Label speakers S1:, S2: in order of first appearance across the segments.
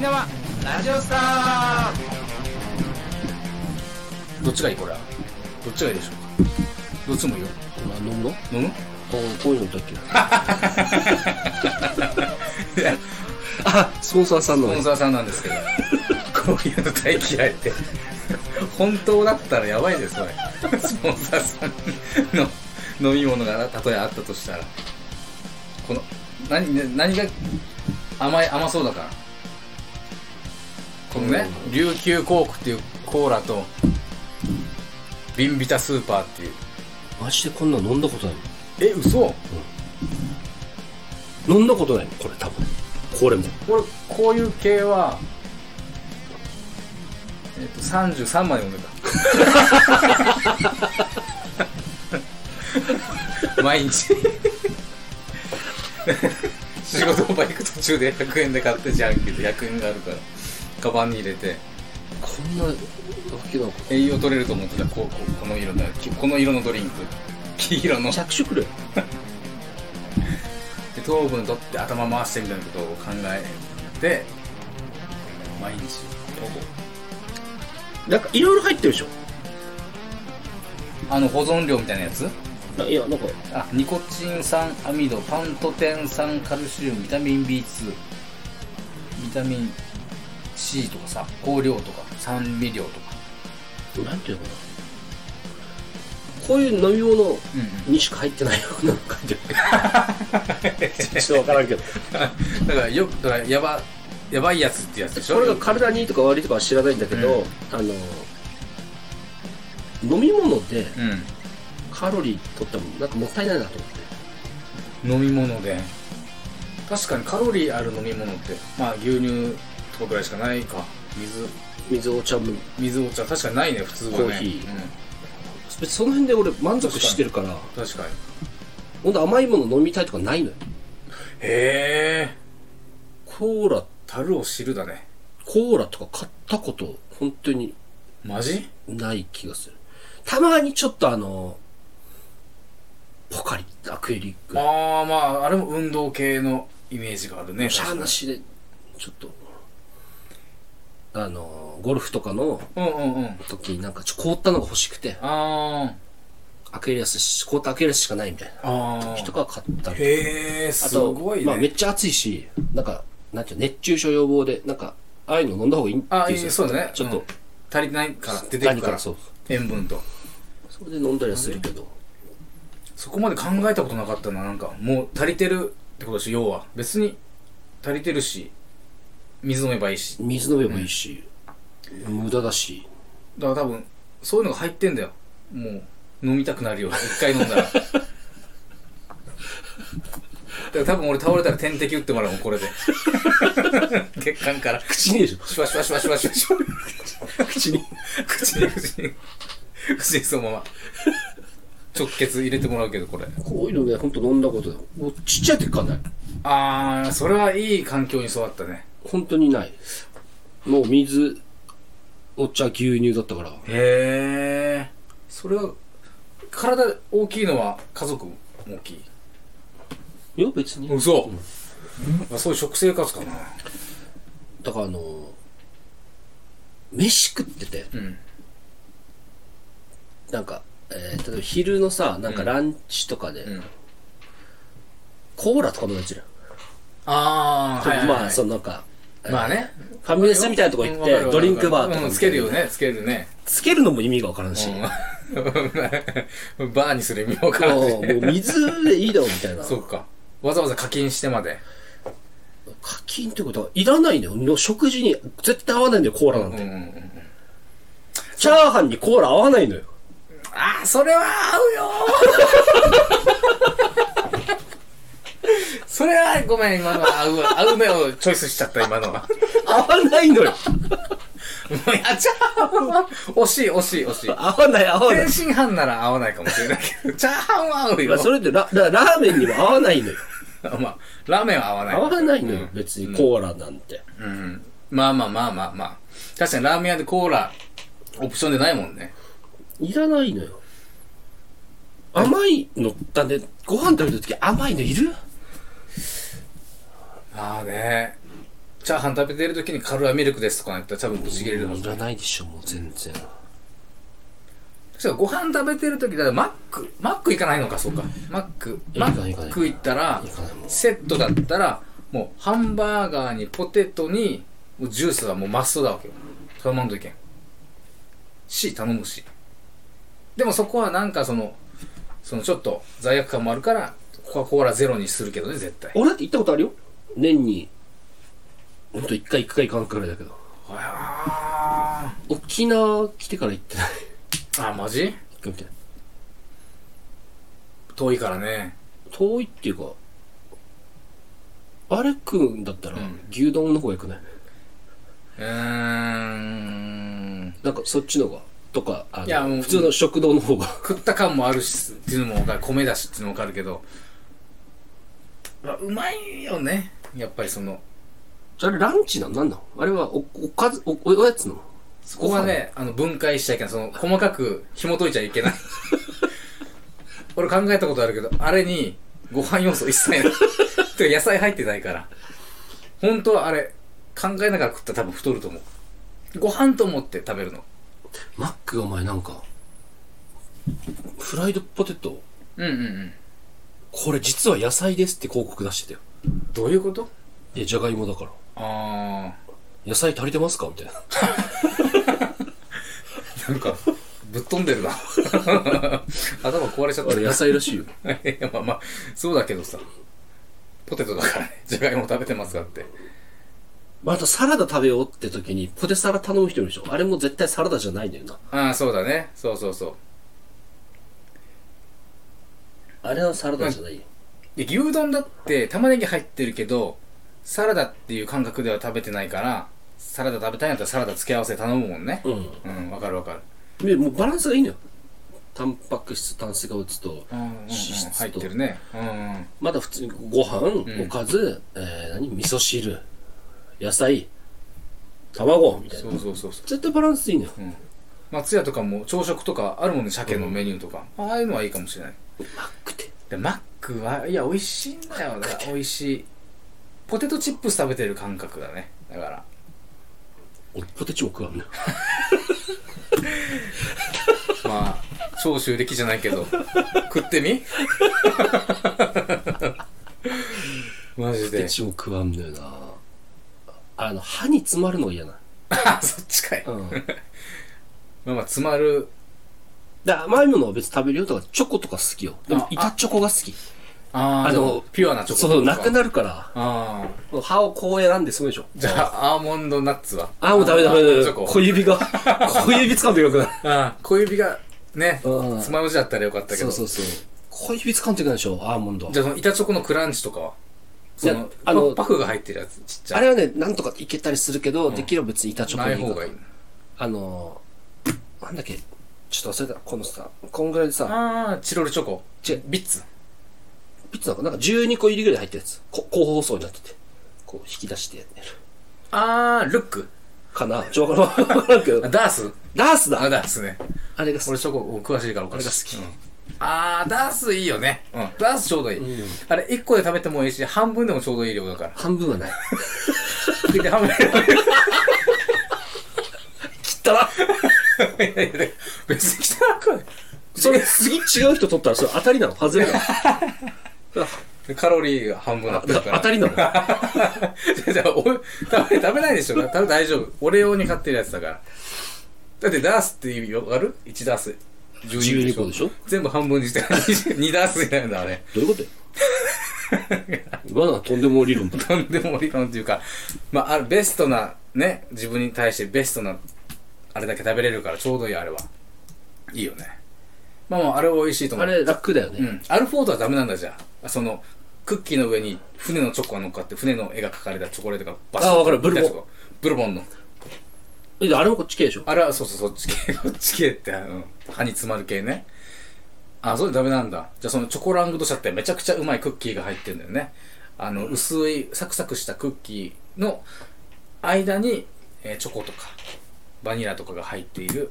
S1: 縄ラジオスター
S2: どっちがいいこれはどっちがいいでしょうかどっちもいいよ
S3: あ飲むの
S2: 飲む
S3: こうこういうのだっけ
S2: いや
S3: あスポンサーさん
S2: ス
S3: の
S2: ポンサーさんなんですけ どこういうの大嫌いって本当だったらやばいですそれスポンサーさんの飲み物が例えあったとしたらこの何ね何が甘い甘そうだからこのね、琉球コークっていうコーラとビンビタスーパーっていう
S3: マジでこんなの飲んだことない
S2: え嘘
S3: 飲んだことないこれ多分これも
S2: これこういう系は、えっと33まで飲んでた 毎日仕事場行く途中で100円で買ってジャンキーで100円があるからカバンに入れて
S3: こんなわけだ
S2: 栄養取れると思ってたこうこうこの色だきこの色のドリンク黄色の
S3: 着色料
S2: で糖分取って頭回してみたいなことを考えて毎日
S3: なんかいろいろ入ってるでしょ
S2: あの保存料みたいなやつ
S3: あいやなんか
S2: あニコチン酸アミドパントテン酸カルシウムビタミン B2 ビタミン C とかさ香料とか酸味料とか
S3: なんていうのかなこういう飲み物
S2: うんうん
S3: にしか入ってないような感じ ちょっとわからんけど
S2: だからよくだからやばやばいやつってやつでしょ
S3: これが体にいいとか悪いとかは知らないんだけ
S2: う
S3: ど、
S2: ん
S3: あの飲み物で
S2: う
S3: カロリー取ってもなんかもったいないなと思って
S2: ん飲み物で確かにカロリーある飲み物ってまあ牛乳とかぐらいしかないか水
S3: 水お茶も
S2: 水お茶確かにないね普通はね
S3: コーヒ
S2: う
S3: ー別にその辺で俺満足してるから
S2: ん、確かに
S3: ほんと甘いもの飲みたいとかないのよ
S2: へえ
S3: コーラ
S2: 樽を知るだね
S3: コーラとか買ったこと本当に
S2: マジ
S3: ない気がするたまにちょっとあのポカリアクエリック
S2: ああまああれも運動系のイメージがあるね
S3: しゃーなしでちょっとあのゴルフとかの
S2: うんうんうん
S3: 時になんかちょ凍ったのが欲しくて
S2: あ
S3: アクエリアスし凍ったアクエリアスしかないみたい
S2: ああ
S3: な人が買ったり
S2: へえ
S3: あ
S2: す
S3: と
S2: ごいね、
S3: まあ、めっちゃ暑いしなんかなんていうの熱中症予防でなんかああいうの飲んだ方がいいって
S2: あ
S3: い
S2: いいそうだね
S3: ちょっと、
S2: うん足りてないから出てく
S3: 何
S2: か
S3: かららそう
S2: 塩分と
S3: それで飲んだりはするけど
S2: そこまで考えたことなかったななんかもう足りてるってことでしょ要は別に足りてるし水飲めばいいし
S3: 水飲めばいいし、無駄だし
S2: だから多分そういうのが入ってんだよもう飲みたくなるよ一回飲んだらだから多分俺倒れたら点滴打ってもらうもんこれで血管から
S3: 口にでしょ
S2: シュワシュワシュワシュワシュワシュワ
S3: 口に
S2: 口に口に口にそのまま直結入れてもらうけどこれ
S3: こういうのねほんと飲んだことないもうちっちゃい時からない
S2: ああそれはいい環境に育ったね
S3: 本当にないもう水お茶牛乳だったから
S2: へえそれは体大きいのは家族も大きい
S3: いや別に
S2: 嘘、あそういう食生活かな
S3: だからあの飯食ってて
S2: うん
S3: なんか、えー例えば昼のさなんかランチとかで、
S2: うん
S3: コーラとか飲んでるじゃん
S2: ああ、はいはいはい、
S3: まあそのなんか
S2: まあね
S3: ファミレスみたいなとこ行ってドリンクバーとか
S2: うんつけるよねつけるね、
S3: つけるのも意味がわからんし、
S2: うん、バーにする意味わからんし
S3: もうもう水でいいだろみたいな
S2: そうかわざわざ課金してまで
S3: 課金ってことはいらないんだよの食事に絶対合わないんだよコーラなん
S2: う
S3: て、
S2: んうんうん
S3: チャーハンにコーラ合わないのよ
S2: ああそれは合うよー それはごめん今のは合うわ合う目をチョイスしちゃった今の は
S3: 合わないのよ
S2: もうやっちゃう惜しい惜しい惜しい
S3: 合わない合わない
S2: 天、津飯なら合わないかもしれないけどチャーハンは合う
S3: ま
S2: よ
S3: あ、それってラララーメンにも合わないのよ
S2: あまあラーメンは合わない
S3: 合わないのよ別にコーラなんて、
S2: うんまあまあまあまあまあ確かにラーメン屋でコーラオプションでないもんね
S3: いらないのよ甘いのだねご飯食べた時甘いのいる
S2: ああねチャーハン食べてる時にカルアミルクですとか言ったら多分ぶち切れるはず
S3: い
S2: だ
S3: らないでしょ、もう全然。
S2: 確かご飯食べてる時だからマックマック行かないのかそうかマックマ
S3: かない行かない
S2: ック行ったら
S3: 行かないもん
S2: セットだったらもうハンバーガーにポテトにもうジュースはもうマストだわけよそれまんといけんし頼むしでもそこはなんかそのそのちょっと罪悪感もあるからコカ・コーラゼロにするけどね絶対
S3: 俺だって行ったことあるよ。年に、ほんと1回1回行かんくらいだけど。
S2: あ
S3: 沖縄来てから行ってない。
S2: ーあマジ
S3: 一回みたいな。
S2: 遠いからね
S3: 遠いっていうか、あれ食うんだったら
S2: うん
S3: 牛丼の方が良くない、
S2: うーん
S3: なんかそっちの方が、とか、あの
S2: いやもう
S3: 普通の食堂の方が。
S2: 食った感もあるしっていうのも分かる米だしっていうのも分かるけどうわうまいよねやっぱりその
S3: あれランチなのなんなのあれはお、おかず、お、おおやつなの
S2: そこはねあの分解しちゃいけないその細かく紐解いちゃいけ ない俺考えたことあるけどあれにご飯要素一切ない てか野菜入ってないから本当はあれ考えながら食ったら多分太ると思うご飯と思って食べるの
S3: マックがお前なんか、フライドポテト、
S2: うんうんうん
S3: これ実は野菜ですって広告出してたよ。
S2: どういうこと
S3: いや、じゃがいもだから。
S2: ああ
S3: 野菜足りてますかみたいな。
S2: なんか、ぶっ飛んでるな。 頭壊れちゃっ
S3: あ
S2: た
S3: れ野菜らしいよ。
S2: いやまあまあ、そうだけどさ。ポテトだからね。じゃがいも食べてますかって。
S3: またサラダ食べようって時にポテサラ頼む人いるでしょあれも絶対サラダじゃないんだよな。
S2: ああ、そうだね。そうそうそう。
S3: あれはサラダじゃないよ。
S2: で、牛丼だって玉ねぎ入ってるけど、サラダっていう感覚では食べてないから、サラダ食べたいんだったらサラダ付け合わせ頼むもんね。
S3: うん。
S2: うん、わかるわかる。
S3: で、もうバランスがいいのよ。タンパク質、炭水化物と
S2: うんうんうん、
S3: 脂
S2: 入
S3: 質
S2: っ
S3: と
S2: て、るね。うんうん。
S3: まだ普通にご飯、
S2: うん
S3: おかず、えー、何味噌汁、野菜、卵みたい
S2: そ
S3: な。
S2: うそうそうそう。
S3: 絶対バランスいいのよ。
S2: 松屋とかも朝食とかあるもんね、鮭のメニューとか。ああいうのはいいかもしれない。
S3: マックって。
S2: でマックはいや美味しいんだよだから美味しいポテトチップス食べてる感覚だねだから
S3: 俺ポテチも食わんのよ。
S2: まあ長州力じゃないけ ど食ってみマジ
S3: ポテ
S2: で
S3: チも食わんのよなあの、歯に詰まるのが嫌な。
S2: あ そっちかい、
S3: うん。だか
S2: まあまあ詰まる
S3: ら甘いものは別に食べるよとか、チョコとか好きよ。でも
S2: あ、
S3: 板チョコが好き。
S2: あー
S3: あ
S2: で
S3: の
S2: もピュアなチョコ
S3: そう、なく
S2: る
S3: なるから、
S2: ああ
S3: 歯をこう選んで済むでしょ。
S2: じゃあアーモンドナッツは
S3: あ、もうダメダメダメ
S2: チ
S3: ダ
S2: ョコ
S3: メ。小指 が、小指掴んでよくない。
S2: あー小指がね
S3: うん
S2: つまようじだったらよかったけ
S3: そ
S2: ど
S3: うそうそう。小指掴んでいくないでしょ、アーモンドは
S2: じゃあその板チョコのクランチとかはそ
S3: いや
S2: の
S3: あの
S2: パパフが入ってるやつちっちゃい
S3: あれはね、なんとかいけたりするけど、できれば別に板チョコ
S2: ない
S3: に
S2: 方がいい
S3: あのー、なんだっけ、ちょっと忘れた。このさ、こんぐらいでさ、
S2: ああ、チロルチョコ。
S3: 違う
S2: ビッツ。
S3: ピッツなんかなんか12個入りぐらい入ってるやつ。こ高包装になってて。こう引き出してやる。
S2: ああ、ルック。
S3: かなちょ、わからんわからんけど
S2: あ。ダース
S3: ダースだ
S2: あ、ダースね。
S3: あれが好
S2: 俺
S3: き。
S2: チョコ詳しいからお菓子
S3: 俺が
S2: 好き。ああ、ダースいいよね。うん。ダースちょうどいい。あれ、1個で食べてもいいし、半分でもちょうどいい量だから。
S3: 半分はない。
S2: 食って半分でもいい
S3: 切ったら
S2: いやいやいや別に汚くない
S3: それ、次違う人取ったらそれ当たりなの外れなの
S2: で。カロリーが半分だったから。
S3: 当たりなの
S2: じゃあ じゃあお食べ、食べないでしょ。食べ大丈夫。俺用に買ってるやつだから。だってダースって意味わかる ?1 ダース。
S3: 12個でしょ
S2: 全部半分にして2 ダースになるんだ、あれ。
S3: どういうことよ今のはとんでも理論だ。
S2: とんでも理論というか、まあ、あるベストな、ね、自分に対してベストな、あれだけ食べれるからちょうどいい、あれは。いいよね。まあまあ、あれは美味しいと思
S3: あ
S2: う。
S3: れ楽だよね。
S2: うん。アルフォートはダメなんだじゃあ。その、クッキーの上に船のチョコが乗っかって、船の絵が描かれたチョコレートがバ
S3: あわかるブルボン。
S2: ブルボンの。
S3: えであれもこっち系でしょ
S2: あれは、そうそう、そっち系、 そっち系って、うん。歯に詰まる系ね。あ、それダメなんだ。じゃあそのチョコラングド社ってめちゃくちゃうまいクッキーが入ってるんだよね。あの、薄い、サクサクしたクッキーの間に、えーチョコとか、バニラとかが入っている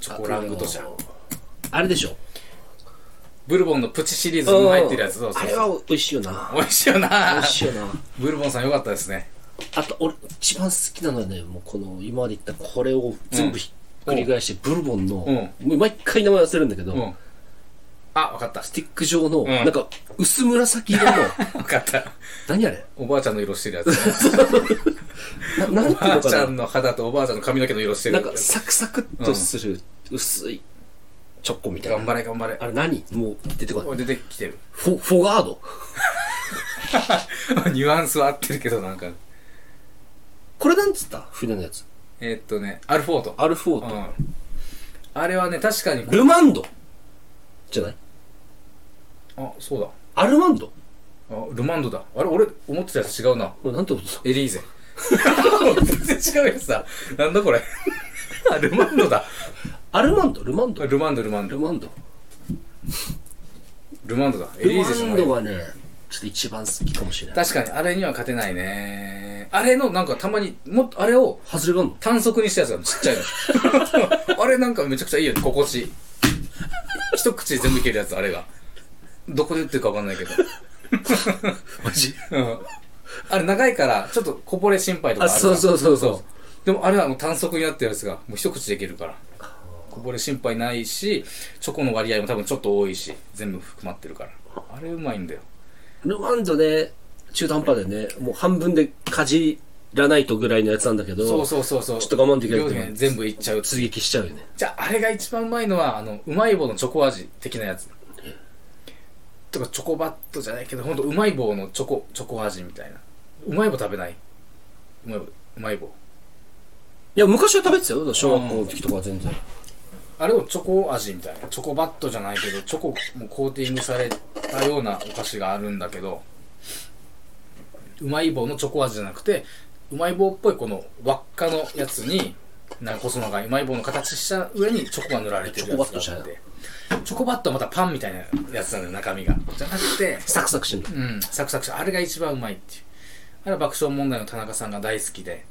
S2: チョコラングド社。
S3: あれでしょ
S2: ブルボンのプチシリーズにも入ってるやつ、そうそう
S3: あれは美味しいよな。
S2: 美味しいよな
S3: 美味しいよな。
S2: ブルボンさんよかったですね。
S3: あと、俺、一番好きなのはね、もうこの、今まで言ったこれを全部ひっくり返して、ブルボンの、
S2: うん
S3: もう毎回名前忘れるんだけど、
S2: うん。あ、わかった。
S3: スティック状の、
S2: ん
S3: なんか、薄紫 色の、
S2: わかった。
S3: 何あれ
S2: おばあちゃんの色してるや つ。
S3: ななん
S2: お
S3: ていう
S2: ばあ
S3: のか
S2: ちゃ
S3: な、
S2: んの肌とおばあちゃんの髪の毛の色してる
S3: なんか、サクサクっとする、薄い、チョコみたいな。
S2: 頑張れ頑張れ。
S3: あれ何もう出てこない。
S2: お出てきてる。
S3: フォ、フォガード
S2: ニュアンスは合ってるけど、なんか。
S3: これなんつった船のやつ。
S2: えーっとね、アルフォート。
S3: アルフォー
S2: う
S3: ト。
S2: ん。あれはね、確かに、
S3: ルマンドじゃない
S2: あ、そうだ。
S3: アルマンド
S2: あ、ルマンドだ。あれ、俺、思ってたやつ違うな。
S3: これなんてことだ
S2: エリー ゼ。全然違うやつだ。なんだこれ。あ、ルマンドだ。
S3: アルマンドルマンド
S2: ルマンド、ルマン
S3: ル
S2: ド。
S3: マンド
S2: ルマンドだ。エ
S3: ル
S2: リー
S3: マ
S2: ゼじゃ
S3: ン
S2: ない
S3: ド。がね、ちょっと一番好きかもしれない。
S2: 確かに、あれには勝てないね。あれの、なんかたまに、もっと、あれを
S3: 外れがあんの
S2: 短足にしたやつがちっちゃいの。あれ なんかめちゃくちゃいいよね、心地いい。一口で全部いけるやつ、あれが。どこで売ってるかわかんないけど。
S3: マジ
S2: うん。あれ長いから、ちょっとこぼれ心配とかあ
S3: あ、
S2: るから
S3: そうそうそうそう。
S2: でもあれはもう短足になってるやつが、もう一口でいけるから。こぼれ心配ないし、チョコの割合も多分ちょっと多いし、全部含まってるから。あれうまいんだよ。
S3: ルマンドね、中途半端でね、もう半分でかじらないとぐらいのやつなんだけど、
S2: そうそうそうそう。
S3: ちょっと我慢できない
S2: 両手ね全部いっちゃう。
S3: 刺激しちゃうよね。
S2: じゃあ、あれが一番うまいのは、あの、うまい棒のチョコ味的なやつ。とか、チョコバットじゃないけど、ほんと、うまい棒のチョコ、チョコ味みたいな。うまい棒食べないうまい棒、うまい棒。
S3: いや、昔は食べてたよ。小学校の時とかは全然。
S2: あれをチョコ味みたいな。チョコバットじゃないけど、チョコもコーティングされたようなお菓子があるんだけど、うまい棒のチョコ味じゃなくて、うまい棒っぽいこの輪っかのやつに、なんか細長いうまい棒の形した上にチョコが塗られてるやつがあって。チョコバットはまたパンみたいなやつなんだよ、中身が。じゃなくて、
S3: サクサクしてんの。
S2: うん、サクサクして、あれが一番うまいっていう。あれは爆笑問題の田中さんが大好きで、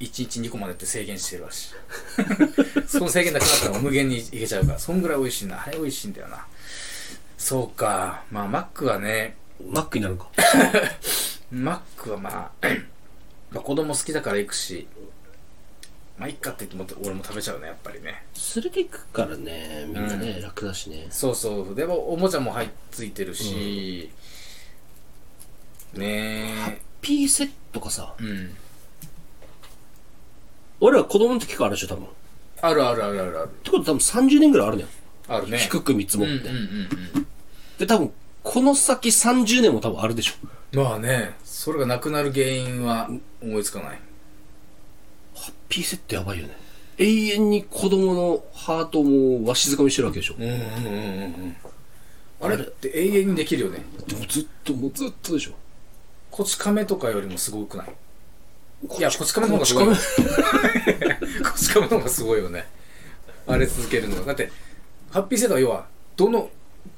S2: 1日2個までって制限してるらしい。その制限なくなったら無限にいけちゃうから、そんぐらい美味しいんだ。あれ美味しいんだよな。そうか。まあ、マックはね、
S3: マックになるのか。
S2: マックはまあ、 まあ子供好きだから行くし、まあ、いっかって言っても俺も食べちゃうね、やっぱりね。
S3: 連れて行くからね、みんなね、楽だしね。
S2: そうそう。でも、おもちゃも入っついてるし、ね
S3: P セットかさ、
S2: え。うん。
S3: 俺ら子供の時からあるでしょ、多分。っ
S2: あるあるあるあるある。
S3: てことは多分30年ぐらいあるのよ。
S2: あるね。
S3: 低く見積も
S2: うん
S3: っ
S2: うん
S3: て。
S2: うん
S3: で、多分、この先30年も多分あるでしょ。
S2: うん。まあね、それがなくなる原因は思いつかない。
S3: ハッピーセットやばいよね。永遠に子供のハートもわしづかみしてるわけでしょ。
S2: うんうんうんうんうん。あれって永遠にできるよね。
S3: でもずっと、もうずっとでしょ。
S2: こち亀とかよりもすごくないいや、こち亀の方
S3: こ
S2: が
S3: ち
S2: すごい。
S3: 亀
S2: こち亀の方がすごいよね。あれ続けるのが。だって、ハッピーセットは要は、どの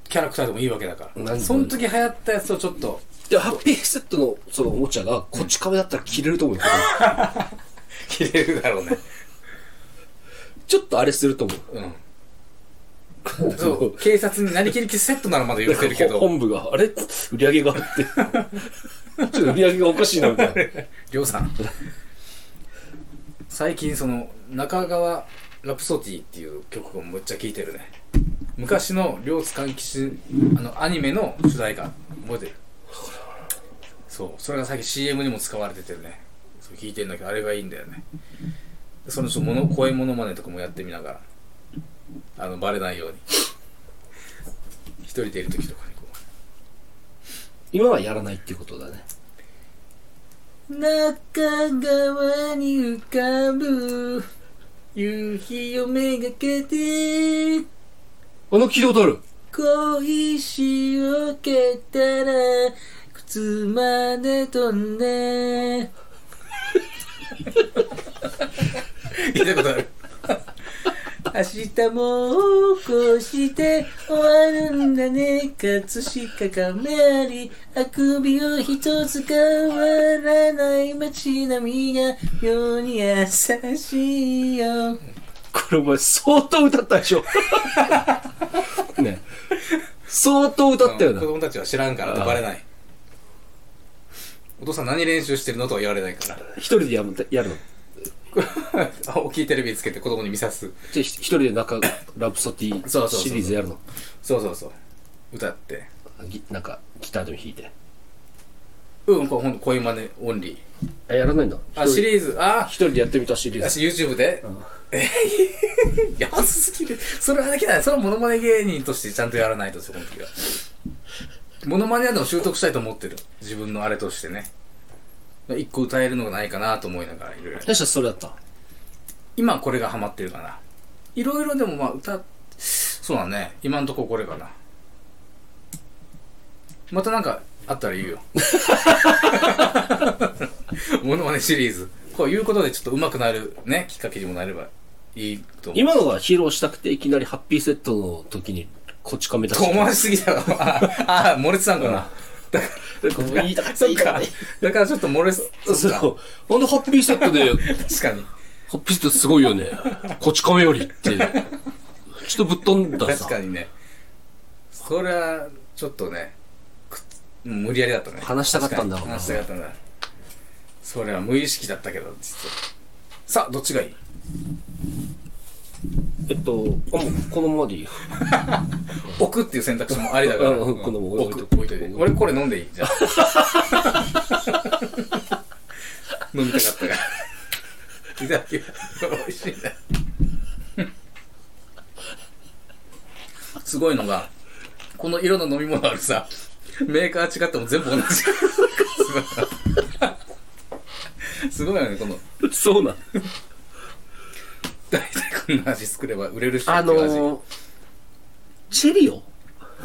S2: キャラクターでもいいわけだか
S3: な
S2: ら。
S3: んで
S2: その時流行ったやつをちょっと、
S3: で、ハッピーセットのそのおもちゃが、こち亀だったら着れると思うよ。
S2: 切れるだろうね。
S3: ちょっとあれすると思う。
S2: うん。そう、警察になりきりセットならまだ言ってるけど。
S3: 本部が、あれ売り上げが あって。ちょっと売り上げがおかしいな、みたいな。
S2: りょうさん最近その中川ラプソディっていう曲をむっちゃ聴いてるね昔の両津勘吉あのアニメの主題歌覚えてるそうそれが最近 CM にも使われててねそう聴いてるんだけどあれがいいんだよねその人もの声モノマネとかもやってみながらあのバレないように一人でいる時とかにこう
S3: 今はやらないっていうことだね。
S2: 中川に浮かぶ夕日をめがけて
S3: あの、聞いたことある。
S2: 恋しをけたら靴まで飛んで 言ったことある明日もこうして終わるんだね葛飾亀有あくびを一つ変わらない街並みが世に優しいよ
S3: これお前、相当歌ったでしょ。ね。相当歌ったよな
S2: 子。供たちは知らんからとバレないお父さん何練習してるのとは言われないから。
S3: 一人でやるやるの。
S2: あ大きいテレビつけて子供に見さす。
S3: じゃあひ一人でなんか、ラプソディ
S2: そうそうそう
S3: シリーズやるの。
S2: そうそうそう。歌って。
S3: ぎなんか、ギターでも弾いて。
S2: うん、これほんと声真似オンリー。
S3: あ、やらないんだ。
S2: あ、
S3: 一人
S2: シリーズ、あ
S3: 一、人でやってみた シリーズ。
S2: 私 YouTube で、え安すぎる。それはできない。それはモノマネ芸人としてちゃんとやらないと、そこの時は。モノマネなどを習得したいと思ってる。自分のあれとしてね。一個歌えるのがないかなと思いながら、いろいろ。
S3: 確かそれだった。
S2: 今これがハマってるかな。いろいろでもまあ歌、そうだね。今んとここれかな。またなんかあったら言うよ。 ものまねシリーズ。こういうことでちょっと上手くなるね、きっかけにもなればいいと思う。
S3: 今のは披露したくて、いきなりハッピーセットの時に、こっち亀出して。
S2: 思わしすぎたわ。ああ、漏れてたんかな。
S3: こう言いたかった、
S2: そ
S3: 言
S2: っ
S3: いたか
S2: か
S3: っ。
S2: だからちょっと漏れす、
S3: た。
S2: そ
S3: そう
S2: か。
S3: う。なんでハッピーセットで、
S2: 確かに。
S3: ハッピーセットすごいよね。こっち亀よりって。ちょっとぶっ飛んだらさ。
S2: 確かにね。それは、ちょっとね、く無理やりだったね。
S3: 話したかったんだろうな
S2: 話したかったんだ。それは無意識だったけど、実は。さあ、どっちがいい
S3: えっと、あ、もう、このままでいいよ。
S2: 置くっていう選択肢もありだから。
S3: うんうんこのまま
S2: 置
S3: 置いと
S2: く、
S3: く
S2: 置いといて。俺これ飲んでいいじゃ あ。飲みたかったから。いただきます。美味しいね。すごいのが、この色の飲み物あるさ、メーカー違っても全部同じ。すごいよね、この、
S3: そうなん。
S2: 大体こんな味作れば売れるし、
S3: あの
S2: っていう味
S3: ー、チェリオ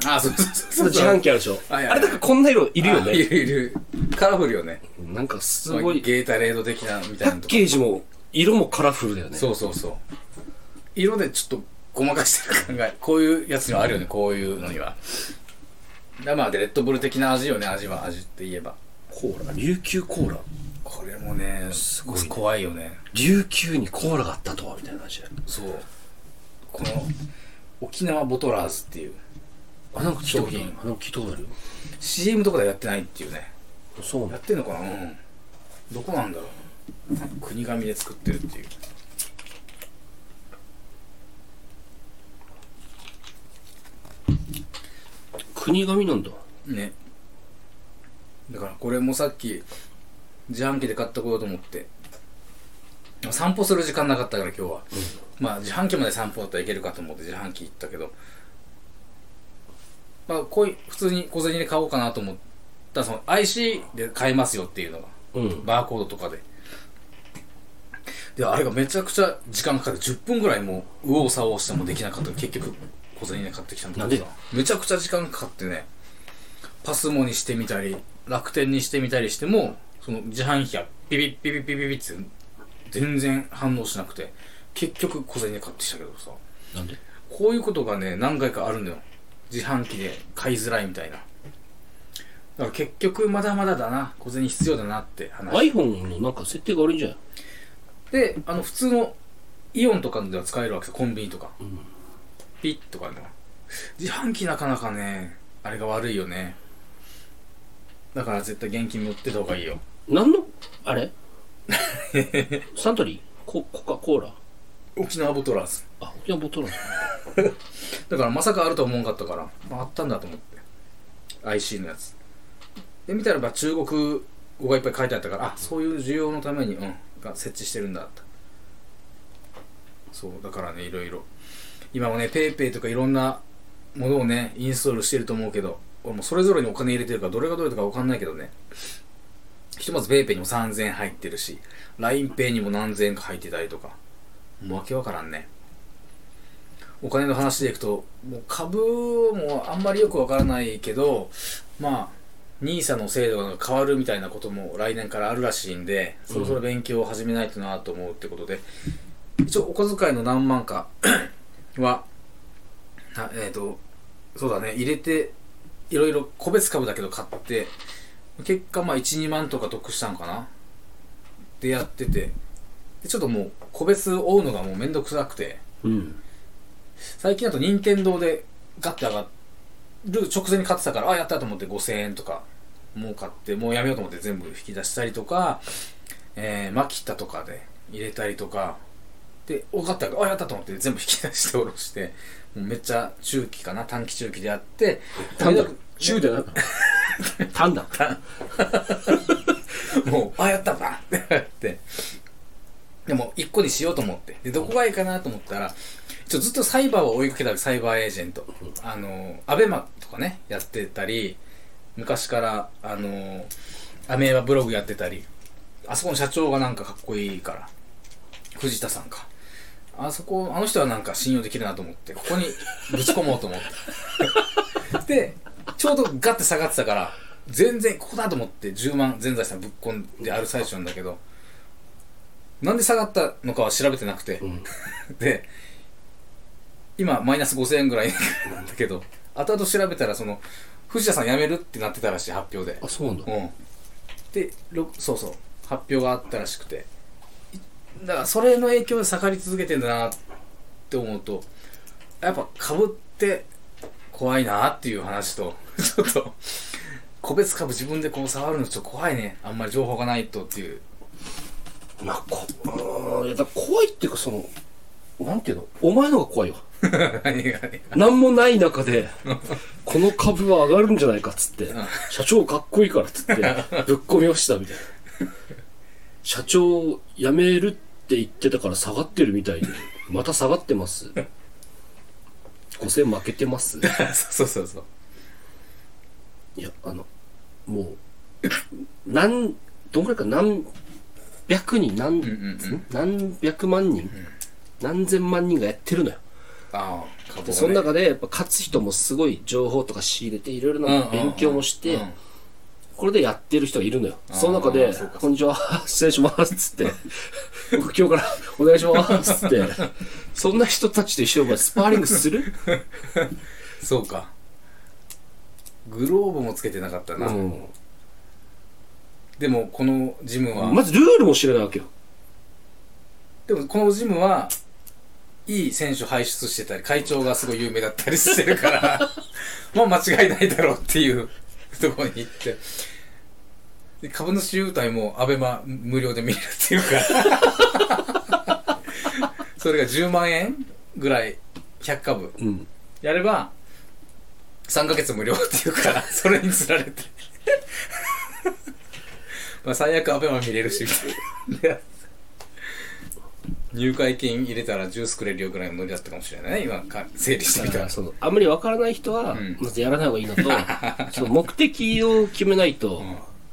S2: あ、そうそうそうそう。
S3: の自販機あるでしょ。
S2: は
S3: あ
S2: い
S3: れ
S2: はいはい
S3: だからこんな色いるよ
S2: あい
S3: ね。
S2: るいる。カラフルよね。
S3: なんかす
S2: すご
S3: ご
S2: い
S3: い、
S2: ゲータレード的なみたい
S3: パ
S2: な
S3: ッ
S2: とこ
S3: ケージも、色もカラフルだよね。
S2: そうそうそう色でちょっとごまかしてる感がこういうやつにはあるよねこういうのにはだまあでレッドブル的な味よね味は味って言えば
S3: コーラ。琉球コーラ。
S2: これもねすごい怖いよね
S3: 琉球にコーラがあったとは、みたいな話だよ。
S2: そうこの沖縄ボトラーズっていう
S3: あ、なんか聞いたことある
S2: 商品。
S3: あなんか聞いたことあるよ。
S2: CM とかではやってないっていうね
S3: そう
S2: やっ
S3: ね。
S2: てんのかなうんどこなんだろうなんか国神で作ってるっていう
S3: 国神なんだ。
S2: ねだからこれもさっき自販機で買ってこようと思って散歩する時間なかったから今日は、まあ自販機まで散歩だったらいけるかと思って自販機行ったけどまあこうい普通に小銭で買おうかなと思ったらその IC で買えますよっていうのが
S3: うん。
S2: バーコードとかでであれがめちゃくちゃ時間かかる10分ぐらいもう右往左往してもできなかった結局小銭で買ってきたんだ
S3: なん
S2: け
S3: で
S2: どめちゃくちゃ時間かかってねパスモにしてみたり楽天にしてみたりしてもその自販機がピピッピピピピピって全然反応しなくて結局小銭で買ってきたけどさ
S3: なんで
S2: こういうことがね、何回かあるのよ。自販機で買いづらいみたいな。だから結局まだまだだな、小銭必要だなって話。
S3: iPhone のなんか設定が悪いんじゃない
S2: で、あの普通のイオンとかでは使えるわけさ、コンビニとか。ピッとかね。自販機なかなかね、あれが悪いよね。だから絶対現金持ってた方がいいよ。
S3: 何のあ れサントリーココカ・コーラ
S2: 沖縄ボトラーズ。
S3: あ、沖縄ボトル
S2: だからまさかあるとは思わんかったから、あ、あったんだと思って。IC のやつ。で、見たらば中国語がいっぱい書いてあったから、あ、そういう需要のために、うん、が設置してるんだって。そう、だからね、いろいろ。今はね、ペイペイとかいろんなものをね、インストールしてると思うけど、俺もそれぞれにお金入れてるから、どれがどれだかわかんないけどね。ひとまずペイペイにも3000円入ってるし、LINEPay にも何千円か入ってたりとか。もうわけわからんね。お金の話でいくと、もう株もあんまりよくわからないけど、まあ、NISA の制度が変わるみたいなことも来年からあるらしいんで、そろそろ勉強を始めないとなと思うってことで、一応お小遣いの何万か は、なえっ、と、そうだね、入れて、いろいろ個別株だけど買って、結果まあ1、2万とか得したんかなでやってて、でちょっともう個別を追うのがもうめんどくさくて、
S3: うん。
S2: 最近だと任天堂でガッて上がる直前に買ってたから、あ、やったと思って5000円とか儲かってもうやめようと思って全部引き出したりとか、えー、マキタとかで入れたりとかで多かったからあやったと思って全部引き出して下ろしてもうめっちゃ中期かな短期中期でやって
S3: 単だ。中でな。 単だ。
S2: もう、あ、やったばってなって。でも、一個にしようと思って。で、どこがいいかなと思ったら、ちょずっとサイバーを追いかけたわけサイバーエージェント。あの、アベマとかね、やってたり、昔から、あの、アメーバブログやってたり、あそこの社長がなんかかっこいいから、藤田さんか。あそこ、あの人はなんか信用できるなと思って、ここにぶち込もうと思って。 で、ちょうどガッて下がってたから、全然ここだと思って10万全財産ぶっ込んである最初なんだけど、なんで下がったのかは調べてなくて、
S3: ん
S2: で、今マイナス5000円ぐらいなんだけど、後々調べたらその、藤田さん辞めるってなってたらしい、発表で。
S3: あ、そうなんだ。
S2: うん。で、ろそうそう、発表があったらしくて。いだから、それの影響で下がり続けてんだなって思うと、やっぱ株って怖いなっていう話と、 ちょっと、個別株自分でこう触るのちょっと怖いね。あんまり情報がないとっていう。
S3: まあ、こ、うーん、いやだから怖いっていうか、その、なんていうのお前のが怖いわ。
S2: 何がね
S3: なんもない中 で、この株は上がるんじゃないかっつって、社長かっこいいからっつって、 ぶっ込みをしたみたいな。社長辞めるって言ってたから下がってるみたいで、また下がってます。5000負けてます。
S2: そうそうそう。
S3: いや、あの、もう、 何、どんぐらいか、何百人、何、
S2: うんうん
S3: 何百万人、何千万人がやってるのよ。
S2: ああ、株を
S3: で
S2: ね
S3: その中でやっぱ勝つ人もすごい情報とか仕入れていろいろ
S2: うんうん
S3: な
S2: うん
S3: 勉強もして、
S2: うん
S3: これでやってる人がいるのよ。
S2: あー
S3: その中で
S2: そうかそうか、
S3: こんにちは、失礼しますっ つって、僕今日からお願いしますっつって、そんな人たちと一緒にお前スパーリングする
S2: そうか。グローブもつけてなかった
S3: う
S2: な。
S3: ん。
S2: でも、このジムは、
S3: まずルールも知らないわけよ。
S2: でもこのジムはいい選手輩出してたり会長がすごい有名だったりしてるからまあ間違いないだろうっていうところに行ってで株主優待もアベマ無料で見れるっていうかそれが10万円ぐらい100株
S3: うん。
S2: やれば3ヶ月無料っていうから それにつられてまあ最悪アベマ見れるしみたいな 入会金入れたらジュースくれるよぐらいのノリだったかもしれないね今か整理して
S3: だ
S2: み
S3: か
S2: たら
S3: らその、あんまりわからない人は
S2: ん、
S3: まずやらない方 がいいのと、その目的を決めないと、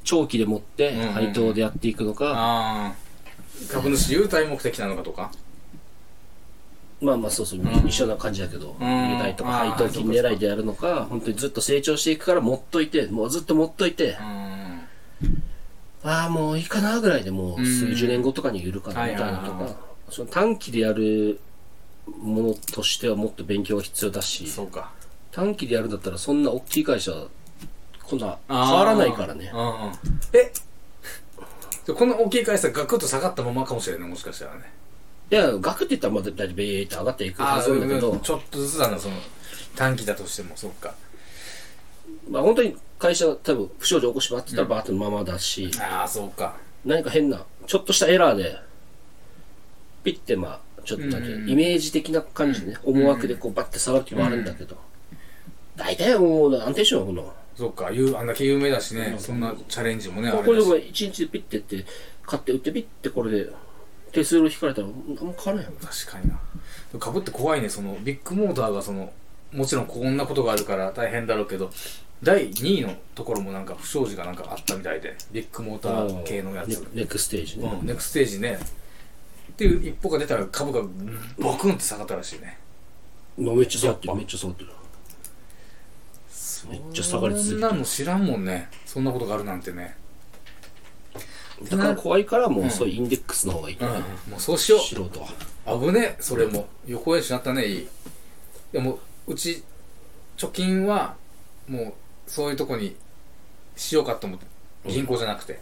S3: 長期でもって
S2: うんうん、
S3: 配当でやっていくのか、
S2: ああ株主優待目的なのかとか
S3: まあまあそうそう、
S2: ん
S3: 一緒な感じだけど、
S2: ん
S3: 入れたりとか
S2: あー
S3: 配当金狙いでやるのか、本当にずっと成長していくから持っといて、もうずっと持っといて
S2: う、ん
S3: ああ、もういいかなぐらいでも
S2: う
S3: うん数十年後とかに売るかなみたいな
S2: はい
S3: と
S2: はいはい
S3: か、その短期でやるものとしてはもっと勉強が必要だし、
S2: そうか
S3: 短期でやるんだったらそんな大きい会社、こんな変わらないからね
S2: う。んうんえ でこの大きい会社がガクッと下がったままかもしれないもしかしたらね
S3: いや、額って言ったらまだ大体ベーって上がっていくはずなんだけど、
S2: ちょっとずつなんだその短期だとしてもそうか
S3: まあ本当に会社、多分不祥事起こしまって言ったらバーッとままだし、
S2: ああそうか
S3: 何か変な、ちょっとしたエラーで、ピッてまあ、ちょっとだけ、
S2: うんうん
S3: イメージ的な感じでね、思惑でこうバッて触る気もあるんだけど、大体もう安定しよう、この。
S2: そうか有あんだけ有名だしねそんなチャレンジもねあれ
S3: これ
S2: だ
S3: でも
S2: し
S3: 一日でピッてやって、買って売ってピッてこれで、手数料引かれたら、何も買わないよ。
S2: 確かにな株って怖いねそのビッグモーターがそのもちろんこんなことがあるから大変だろうけど第2位のところもなんか不祥事がなんかあったみたいでビッグモーター系のやつ
S3: ネネクステージね。
S2: うん、ネクステージねっていう一歩が出たら株がボクンって下がったらしいね
S3: うめっちゃ下がってる、めっちゃ下がってる。めっちゃ下がり
S2: そ
S3: 続
S2: ん
S3: け
S2: なの知らんもんねそんなことがあるなんてね
S3: てる。だから怖いからもうそういうインデックスの方がいい。
S2: うんもうそうしよう
S3: 素人は。
S2: 危ねえそれも横やしなったねいいでもうち貯金はもうそういうとこにしようかと思って銀行じゃなくて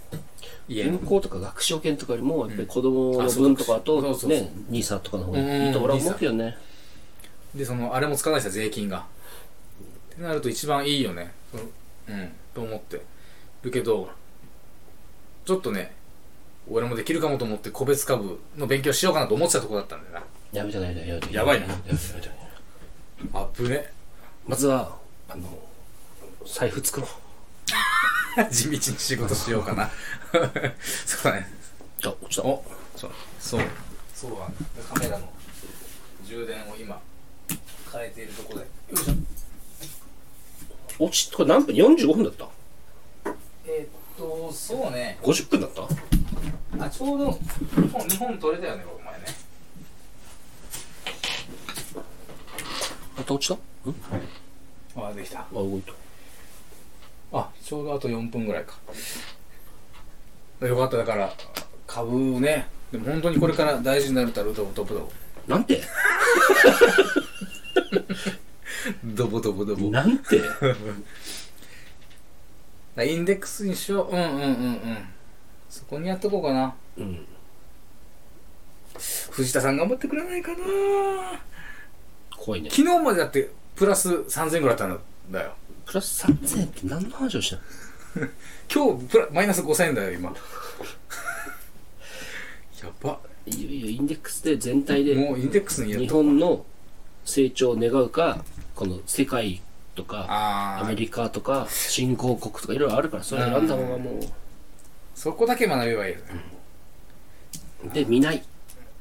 S2: 家
S3: 銀
S2: の
S3: 行とか学習券とかよりも、やっぱり子供の分とか
S2: うんあ
S3: と
S2: そ、うかそう
S3: ね、ニーサとかの方がいいと俺は思うけどね。
S2: でそのあれもつかないし税金がってなると一番いいよねそのうんと思ってるけど、ちょっとね、俺もできるかもと思って個別株の勉強しようかなと思ってたとこだったんだよ
S3: やめてないやめて
S2: やばいな
S3: やめてやめて
S2: な。あぶね。
S3: まずは、あの、財布作ろう。
S2: 地道に仕事しようか な。そうだね。
S3: あ、落ちた。
S2: おそう。そう。そうなんだカメラの充電を今、変えているとこで。
S3: 落ち、これ何分 ?45 分だった
S2: えーっと、そうね。
S3: ?50 分だった
S2: あ、ちょうど、2本、2本取れたよね、お前ね。
S3: また落ちたんあ、
S2: あ、できた。
S3: 動いた。
S2: あちょうどあと4分ぐらいかよかっただから株ねでも本当にこれから大事になるたらドボドボドボ
S3: なんて
S2: ドボドボドボ
S3: なんて
S2: インデックスにしよううんうんうんうんそこにやっとこうかな
S3: うん。
S2: 藤田さん頑張ってくれないかな
S3: 怖いね。
S2: 昨日までだってプラス3000ぐらいだったんだよ
S3: プラス3000円って何の話をしてんの
S2: 今日プラマイナス5000円だよ今 やば
S3: いよいよインデックスで全体で
S2: もうインデックスにやっ
S3: 日
S2: とこう
S3: 本の成長を願うか、この世界とか、
S2: ああ
S3: アメリカとか、新興国とかいろいろあるから、それ選んだ方がも
S2: そこだけ学べばいいよね
S3: う、で、見ない。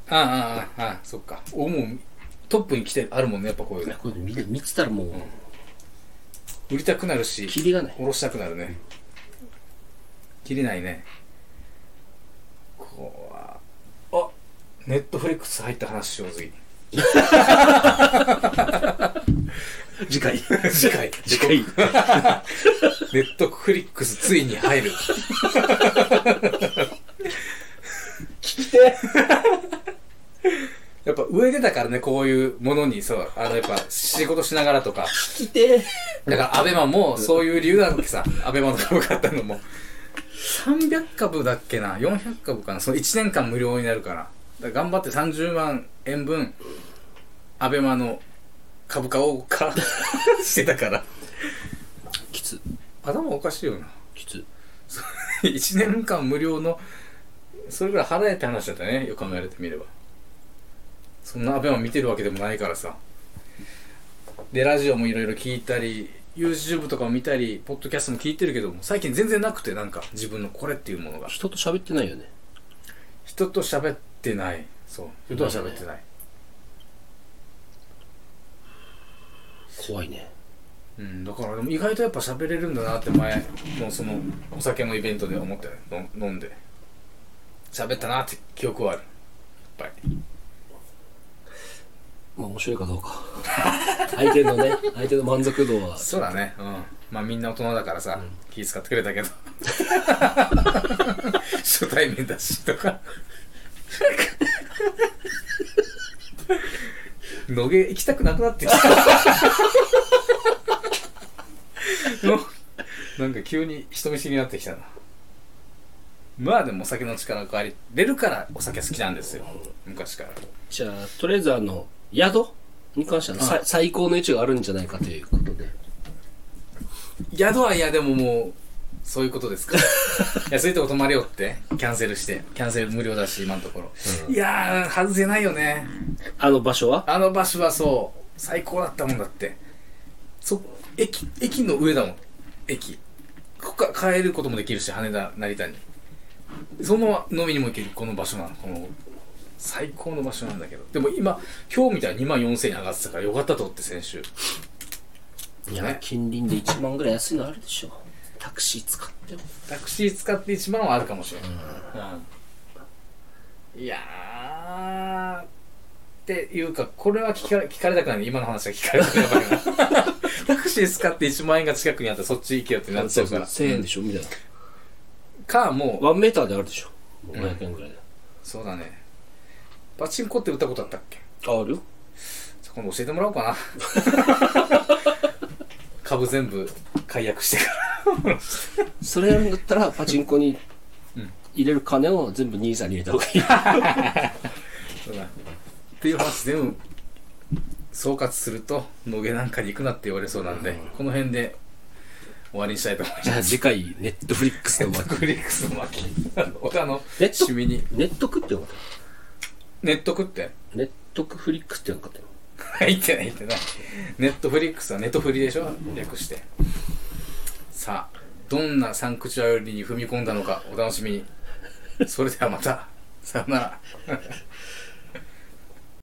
S2: ああああああそっかおもうトップに来てあるもんねやっぱこういうの
S3: こういうの見て見てたらもう、
S2: 売りたくなるし
S3: キリがない。
S2: 下ろしたくなるね切れないねこわあネットフレックス入った話しよう次
S3: 次 回。
S2: 次回
S3: 次回。
S2: ネットフリックスついに入る聞きてやっぱ上でだからねこういうものにそうあのやっぱ仕事しながらとか
S3: 来て
S2: だから、アベマも、そういう理由なわけさ、アベマの株買ったのも。300株だっけな ?400 株かなその1年間無料になるから。だから頑張って30万円分、アベマの株買おうか、 してたから。
S3: きつ、
S2: 頭おかしいよな。
S3: きつ。
S2: 1年間無料の、それぐらい払えって話だったね。よく考えてみれば。そんなアベマ見てるわけでもないからさ。で、ラジオもいろいろ聞いたり、YouTube とかを見たり、ポッドキャストも聞いてるけども、最近全然なくて、なんか自分のこれっていうものが。
S3: 人と喋ってないよね。
S2: 人と喋ってない。そう。人とは喋ってない。
S3: 怖いね。
S2: うん、だからでも意外とやっぱ喋れるんだなって前のそのお酒のイベントで思ったよの飲んで喋ったなって記憶はあるやっぱり
S3: まあ面白いかどうか。 相手のね、相手の満足度は。
S2: そうだねうんまあみんな大人だからさ、気使ってくれたけど 初対面だしとか野毛行きたくなくなってきた のなんか急に人見知りになってきたなまあでもお酒の力を借りれるからお酒好きなんですよ昔から
S3: じゃあ、とりあえずあの、宿に関してはさ、最高の位置があるんじゃないかということで。
S2: 宿はいやでももうそういうことですか安いとこ泊まれよってキャンセルしてキャンセル無料だし今のところ、いやー外せないよね
S3: あの場所は
S2: あの場所はそう最高だったもんだってそ駅駅の上だもん駅ここから帰ることもできるし羽田成田にそのまま飲みにも行けるこの場所なのこの最高の場所なんだけどでも今今日みたいに2万4000円上がってたからよかったと思って先週
S3: いや、
S2: ね
S3: 近隣で1万ぐらい安いのあるでしょ。タクシー使っても。
S2: タクシー使って1万はあるかもしれない、うんいやーっていうかこれは聞か聞かれたくないね今の話は聞かれたくないタクシー使って1万円が近くにあったらそっち行けよってなっちゃうから
S3: 1000円でしょみたいな。
S2: かもう
S3: ワンメーターであるでしょ。500円ぐらいで。
S2: そうだねパチンコって打ったことあったっけ
S3: あるよ。
S2: じゃあ今度教えてもらおうかな株全部解約してから
S3: それやるんだったら、パチンコに
S2: うん
S3: 入れる金を全部兄さんに入れた方がいい。
S2: そうだっていう話全部総括すると野毛なんかに行くなって言われそうなんで、この辺で終わりにしたいと思います
S3: じゃあ次回、ネットフリックスの
S2: マ
S3: 巻。
S2: クリックスの巻他の
S3: ネット
S2: 趣味に
S3: ネットクってよかっ
S2: ネット食って
S3: たネットクフリックってよかったよ。
S2: 入ってない入ってないネットフリックスはネットフリでしょ略してさあどんなサンクチュアリに踏み込んだのかお楽しみにそれではまたさよなら